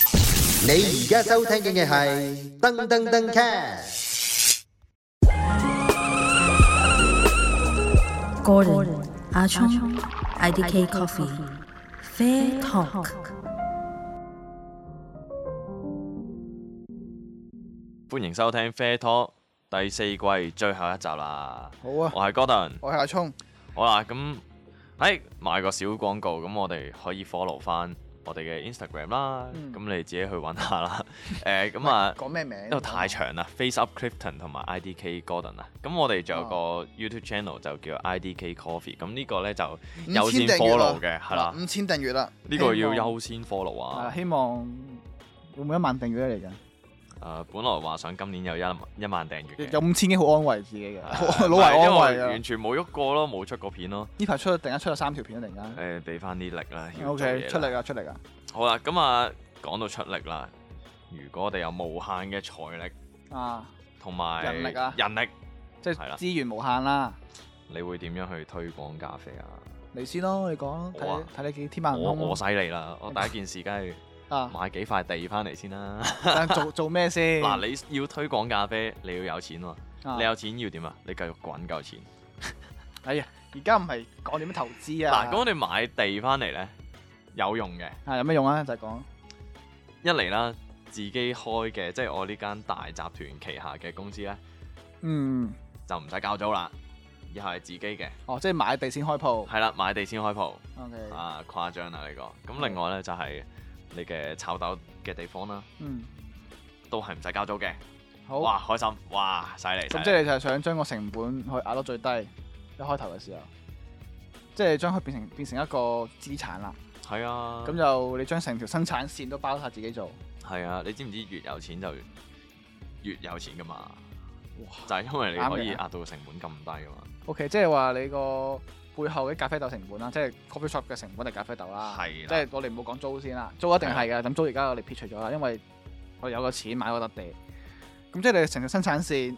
你而家收聽嘅係噔噔噔 cast。 Gordon 阿聰 IDK Coffee Fair Talk。歡迎收聽《Fair Talk》第四季最後一集啦！好啊，我係 Gordon，我係阿聰，好啦，咁喺賣個小廣告，咁我哋可以 follow 翻我哋嘅 Instagram 啦，嗯咁、你自己去揾下 啦。誒咁啊，講咩名？因為太長啦，Face Up Clifton 同埋 IDK Gordon 啊，咁我哋仲有個哦 YouTube channel 就叫 IDK Coffee，咁呢個呢就五優千先訂閱啦 follow 嘅，係啊啦，五千訂閱啦，呢個要希望優先 follow 啊啊，。希望會唔會一萬訂閱咧嚟誒、啊本來話想今年有一一萬訂閱緊？嘅有，五千幾 好安慰自己嘅，啊係老懷安因為慰啊完！全冇喐過咯，冇出過片咯。呢排出突然間出咗三條片啊，突然間。誒，俾翻啲力啦要 O 做 K，嘢出啦力啊，出力啊！好啦，咁啊，講到出力啦，如果我哋有無限嘅財力啊，同埋人力啊人力，即係係啦資源無限啦，你會點樣去推廣咖啡啊？你先咯，你講，好啊睇睇你幾天馬行我空我咯犀利啦，我第一件事梗係啊！買幾塊地翻嚟先啦。但係 做做咩先？嗱，你要推廣咖啡，你要有錢喎。啊你有錢要點啊？你繼續滾夠錢。哎呀，而家唔係講點樣投資啊？嗱，咁我哋買地翻嚟呢，有用嘅。啊有咩用啊？就係講一嚟啦，自己開嘅，即係我呢間大集團旗下嘅公司呢，嗯，就就唔使交租啦，以後係自己嘅。哦，即係買地先開鋪。係啦，買地先開鋪。 O K，啊，誇張啦呢個。咁另外呢，就係你嘅炒豆嘅地方啦，嗯，都係唔使交租嘅。好。哇，開心！哇，犀利！咁犀即利係你就係想將個成本去壓到最低，一開頭嘅時候，即係將佢變成變成一個資產啦。係啊，咁就你將成條生產線都包晒自己做。係啊，你知唔知越有錢就越越有錢噶嘛？就係因為你啱嘅可以壓到成本咁低噶嘛。 OK，即係話你個背後嘅咖啡豆成本啦，即係 coffee shop 嘅成本係咖啡豆啦。係啦即係我哋唔好講租先啦，租一定係嘅。咁租而家我哋撇除咗啦，因為我哋有個錢買嗰笪地。咁即係你成條生產線，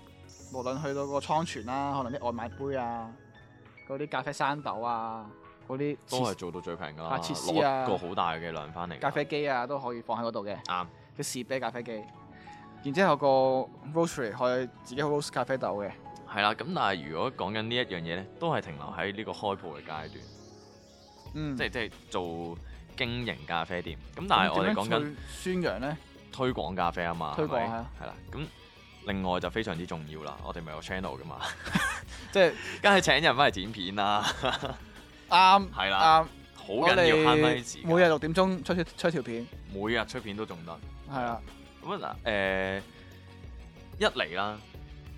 無論去到個倉存啦，可能啲外賣杯啊，嗰啲咖啡生豆啊，嗰啲都係做到最平噶啦，啊設施啊攞個好大嘅量翻嚟㗎。咖啡機啊，都可以放喺嗰度嘅。啱嘅士啤咖啡機，然之後個 roastery 可以自己 roast 咖啡豆嘅。係啦，咁但係如果講緊呢一樣嘢呢，都係停留喺呢個開鋪嘅階段，嗯，即係即係做經營咖啡店。咁但係我哋講緊。緊宣揚咧，推廣咖啡啊嘛，推廣係咪係啊係啦。咁另外就非常之重要啦，我哋咪有 channel 噶嘛， 即係梗係請人翻嚟剪片啦，啱係啦，啱。好我緊要慳翻啲時啊哋每間，日六點鐘出出出條片，每日出片都仲得。係啊，咁啊嗱，誒一嚟啦，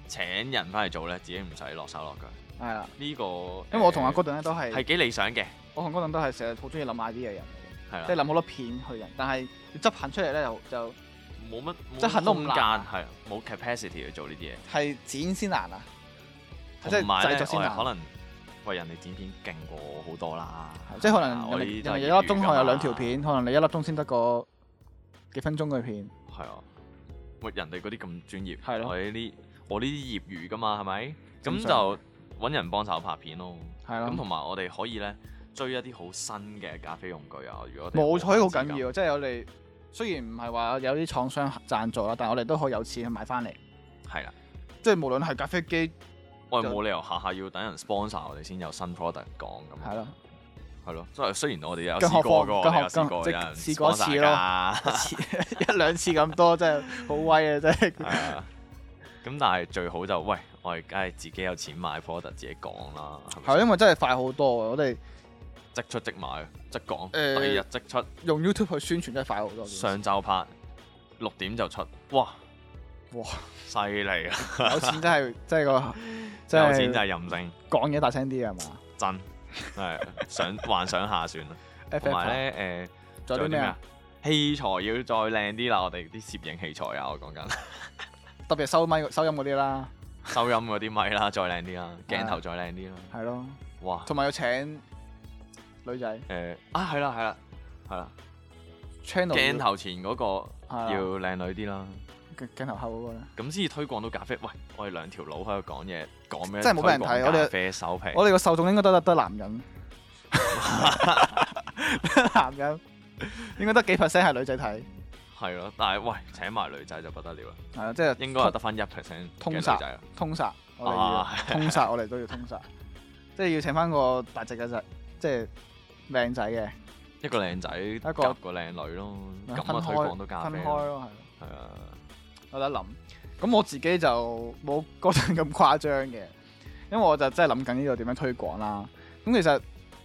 請人翻嚟做咧，自己唔使落手落腳，係啦。呢個因為我同阿哥哥頓咧都係係，幾理想嘅，我同哥頓都係成日好中意諗 idea 嘅人嚟係啊嘅，即係啦，諗好多片去人，但係要執行出嚟咧就就冇乜即係行都唔冇乜空間，難係啊冇 capacity 去做呢啲嘢，係剪先難啊，即係同埋製咧作我先啊係可難。能喂人哋剪片勁過我好多啦，即係可能啊我人呢哋啲都人係哋一業餘粒鐘㗎可能有兩嘛條片，可能你一粒鐘先得個幾分鐘嘅片。係啊，喂，人哋嗰啲咁專業，係咯我呢啲我呢啲業餘噶嘛，係咪？正咁常就揾人幫手拍片咯。係咯咁同埋我哋可以咧追一啲好新嘅咖啡用具啊。如果我哋冇錯，呢個好閒時緊要，即係我哋雖然唔係話有啲廠商贊助啦，但係我哋都可以有錢去買翻嚟，間，係啦，即係無論係咖啡機我哋就冇理由下下要等人 sponsor 我哋先有新 product 講咁。啊 係咯，係咯，所以雖然我哋有更何試過況個，我更哋有何試過更有人即係試過一次 sponsor 咯㗎一次 一兩次咁多，真係好威啊！真係係啊。咁但係最好就喂，我哋梗係自己有錢買 product 自己講啦，係咪係因為真係快好多啊！我哋即出即買，即講，第誒二日即出。用 YouTube 去宣傳真係快好多。上晝拍六點就出，哇哇，犀利啊！有 錢真係真係個真有錢就係係任性，講嘢大聲啲啊係嘛真係 想幻想下算啦。同埋？FF 咧誒，啊仲有啲咩啊？？器材要再靚啲啦，我哋啲攝影器材啊，我講 緊特別收咪收音嗰啲啦，收音嗰啲咪啦，再靚啲啦，鏡頭再靚啲啦，係啊咯，哇！同埋要請女仔誒啊，係啦係啦係啦， channel 鏡頭前嗰個係啊啦要靚女啲啦，鏡鏡頭後嗰個咧。咁先至推廣到咖啡。喂，我哋兩條佬喺度講嘢，講咩？真係冇俾人睇我哋咖啡手皮，我哋個受眾應該都得得男人， 男人應該得幾 percent 係女仔睇，係咯，但係喂請埋女仔就不得了啦，係啊，即係應該係得翻一 percent 嘅通女殺仔啦。通殺，我哋啊要通殺，我哋都要通殺， 即係要請翻個大隻嘅仔，即係靚仔嘅，一個靚仔，一個個個靚女咯，分咁啊推廣到咖啡開分開啦，咯，係咯。係啊，有得諗。咁我自己就冇嗰陣咁誇張嘅，因為我就真係諗緊呢度點樣推廣啦。咁其實誒、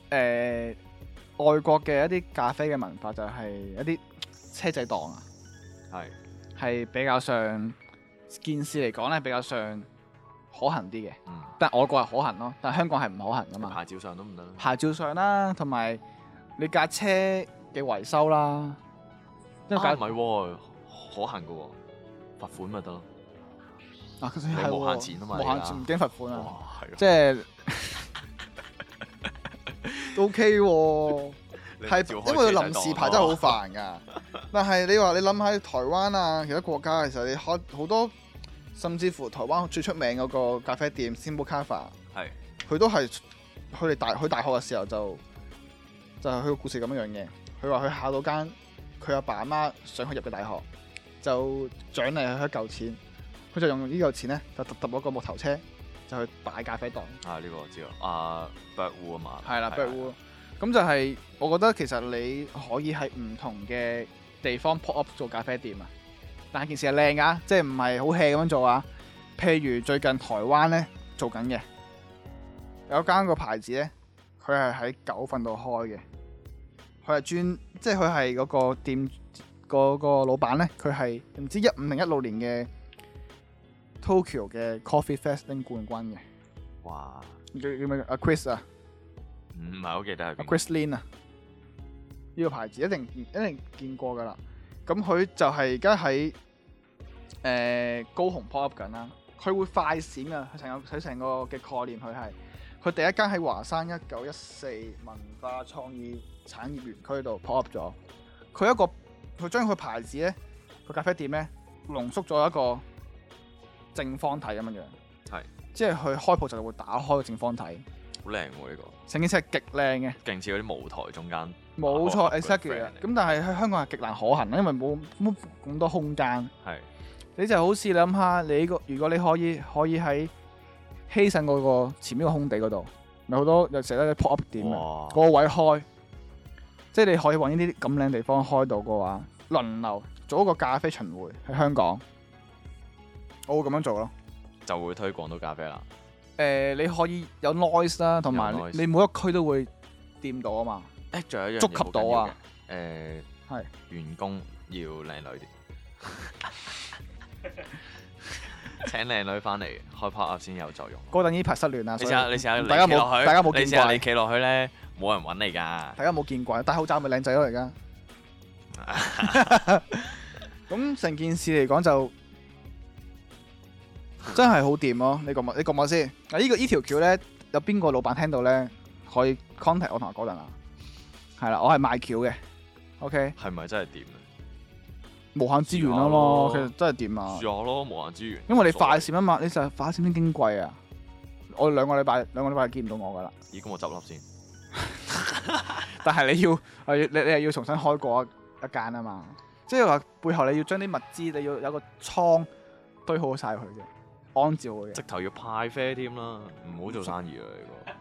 呃外國嘅一啲咖啡嘅文化就係一啲車仔檔啊，係係比較上件事嚟講咧比較上可行啲嘅。嗯，但外國係可行咯，但香港係唔可行噶嘛。牌照上都唔得啦，牌照上啦，同埋你架車嘅維修啦，因啊為架唔係喎，可行嘅喎，罰款咪得咯，啊，其實你係無限喎錢啊嘛無而限家錢唔驚罰款啊。哇係咯，即係都 OK 喎、你係照開因為佢車仔啊臨時檔排咯得好煩㗎。但係你話你諗喺台灣啊，其他國家其實你開好多，甚至乎台灣最出名嗰個咖啡店 Simple Cafe，係佢都係佢哋大佢大學嘅時候就就係佢個故事咁樣樣嘅。佢話佢考到間佢阿爸阿媽想佢入嘅大學，就獎勵佢一嚿錢，佢就用呢嚿錢咧就揼揼嗰個木頭車就去擺咖啡檔。啊呢個我知道，啊 b i r d w o 啊嘛，係啦，係壁屋。咁就係、我覺得其實你可以喺唔同嘅地方 pop up 做咖啡店啊，但係件事係靚噶，即係唔係好 hea 咁樣做啊。譬如最近台灣咧做緊嘅，有間個牌子咧，佢係喺九份度開嘅，佢係專即係佢係嗰個店嗰、個老闆咧，佢係唔知一五零一六年嘅 Tokyo 嘅 Coffee Fest 拎冠軍嘅，哇，叫叫咩？阿 Chris 啊。唔係好記得係邊個 Chris Lin 啊，呢、個牌子一定一定見過噶啦。咁佢就係而家喺誒高雄 pop up 緊啦。佢會快閃啊！佢成個佢成個嘅概念，佢係佢第一間喺華山一九一四文化創意產業園區度 pop up 咗。佢一個佢將佢牌子咧個咖啡店咧濃縮咗一個正方體咁樣樣，係即係佢開鋪就會打開個正方體，好靚喎呢個，成件事係極靚嘅。勁似嗰啲舞台中間，冇錯啊，exactly 啊。咁但係喺香港係極難可行啊啦，因為冇冇咁多空間。係你就好似你諗下，你個如果你可以可以喺希慎嗰個前面個空地嗰度，咪好多有時咧 pop up 點啊，哇，嗰個位開，即係你可以揾呢啲咁靚地方開到嘅話，輪流做一個咖啡巡迴喺香港，我會咁樣做咯。就會推廣到咖啡啦，誒、你可以有 noise 啦，同埋有你 noise 你每一區都會掂到啊嘛。誒仲有一樣觸及到啊嘢好緊要嘅，誒係員呃工要靚女啲， 請靚女翻嚟開 part up 先有作用。嗰陣呢排失戀啦，你試啊所以下，你試下，你大家企落冇去大家冇啊你見試怪下，你企落去咧，冇人揾你㗎。大家冇見過，戴口罩咪靚仔咯 而家。咁成件事嚟講就真係好掂咯！你覺唔你覺唔覺先？嗱、呢個呢條橋咧，有邊個老闆聽到咧，可以 contact 我同阿嗰陣啊？係啦，我係賣橋嘅，OK，係咪真係掂啊？無限資源啊哦嘛，其實真係掂啊住！我咯，無限資源。因為你所謂快，閃啊嘛，你就係快閃先矜貴啊！我兩個禮拜兩個禮拜見唔到我噶啦，咦？咁我執笠先。 但係你要呃你你你係要重新開過一一間啊嘛，即係話背後你要將啲物資你要有個倉堆好晒佢嘅，安置佢嘅直，頭要派啡添啦，唔好做生意啦 呢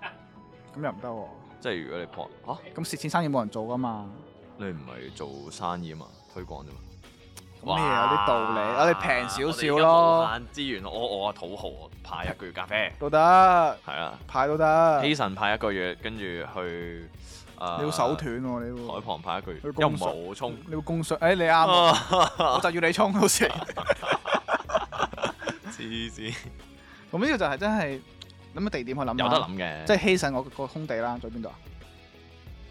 咁又唔得喎。個。即係如果你破嚇、咁蝕錢生意冇人做噶嘛，你唔係做生意啊嘛，推廣啫嘛。咁你啊又有啲道理，我哋平少少我哋咯，而家無限資源，我我啊土豪，我派一個月咖 啡，都得係啊啦，派都得，希你神派一個月，跟住去誒。啊要手斷喎，你啊海要旁派一個月，去又啊公冇衝。你要供水，哎誒你啱啊喎，哦我就要你衝好似。黐線，咁呢個就係真係諗個地點去諗，有得，諗嘅。啊即係犧牲我個空地啦，在邊度啊？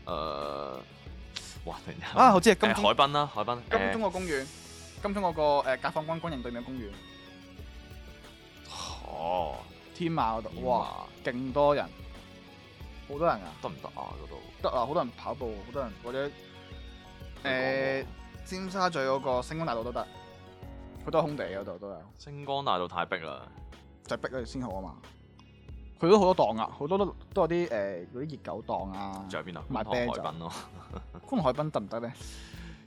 誒，呃哇！突然間啊我知啊金誒鐘海濱啦，海濱金誒鐘個公園，金鐘嗰個呃誒解放軍軍營對面嘅公園，哦，啊天馬嗰度，哇！哇，勁多人，好多人啊，得唔得啊？嗰度得啊，好多人跑步，好多人或者誒、呃尖沙咀嗰個星光大道都得，好多空地嗰度都有，星光大道太逼啦，就逼佢先好啊嘛。佢都好多檔啊，好多都都有啲呃誒嗰啲熱狗檔啊，仲有邊度？觀塘賣啤海酒濱咯，觀塘海濱得唔得咧？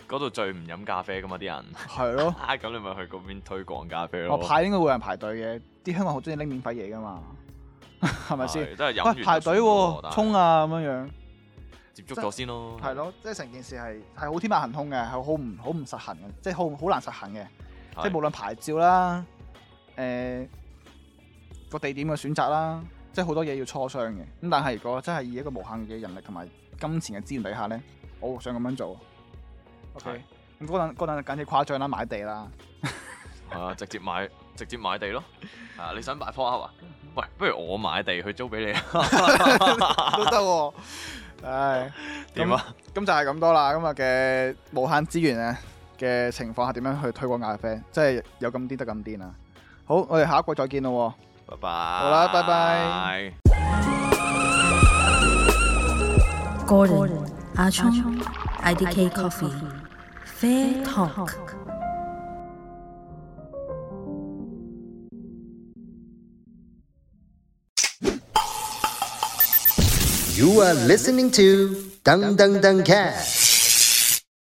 嗰度最唔飲咖啡噶嘛啲人， 係咯。啊咁你咪去嗰邊推廣咖啡咯。 我排應該會有人排隊嘅，啲香港好中意拎免費嘢噶嘛，係咪先？係？都係飲完喂，排隊喎，衝衝！啊咁樣樣，接觸咗先咯。係咯，即係成件事係係好天馬行空嘅，係好唔好唔實行嘅，即係好好難實行嘅，係，即係無論牌照啦，誒個地點嘅選擇啦，即係好多嘢要磋商嘅。咁但係如果真係以一個無限嘅人力同埋金錢嘅資源底下咧，我想咁樣做。係 OK，咁嗰陣嗰陣簡直誇張啦，買地啦，係啊，直接買直接買 地咯。啊，你想擺 p o 啊？嗯喂，不如我買地去租俾你啊？都得喎，唉。點啊？咁就係咁多啦。今日嘅無限資源啊嘅情況下，點樣去推廣咖啡？即係有咁癲得咁癲啊！好，我哋下一季再見咯拜拜。好啦拜拜。 Gordon, Achong, IDK Coffee, Fair Talk. You are listening to Dung Dung Dung Cat.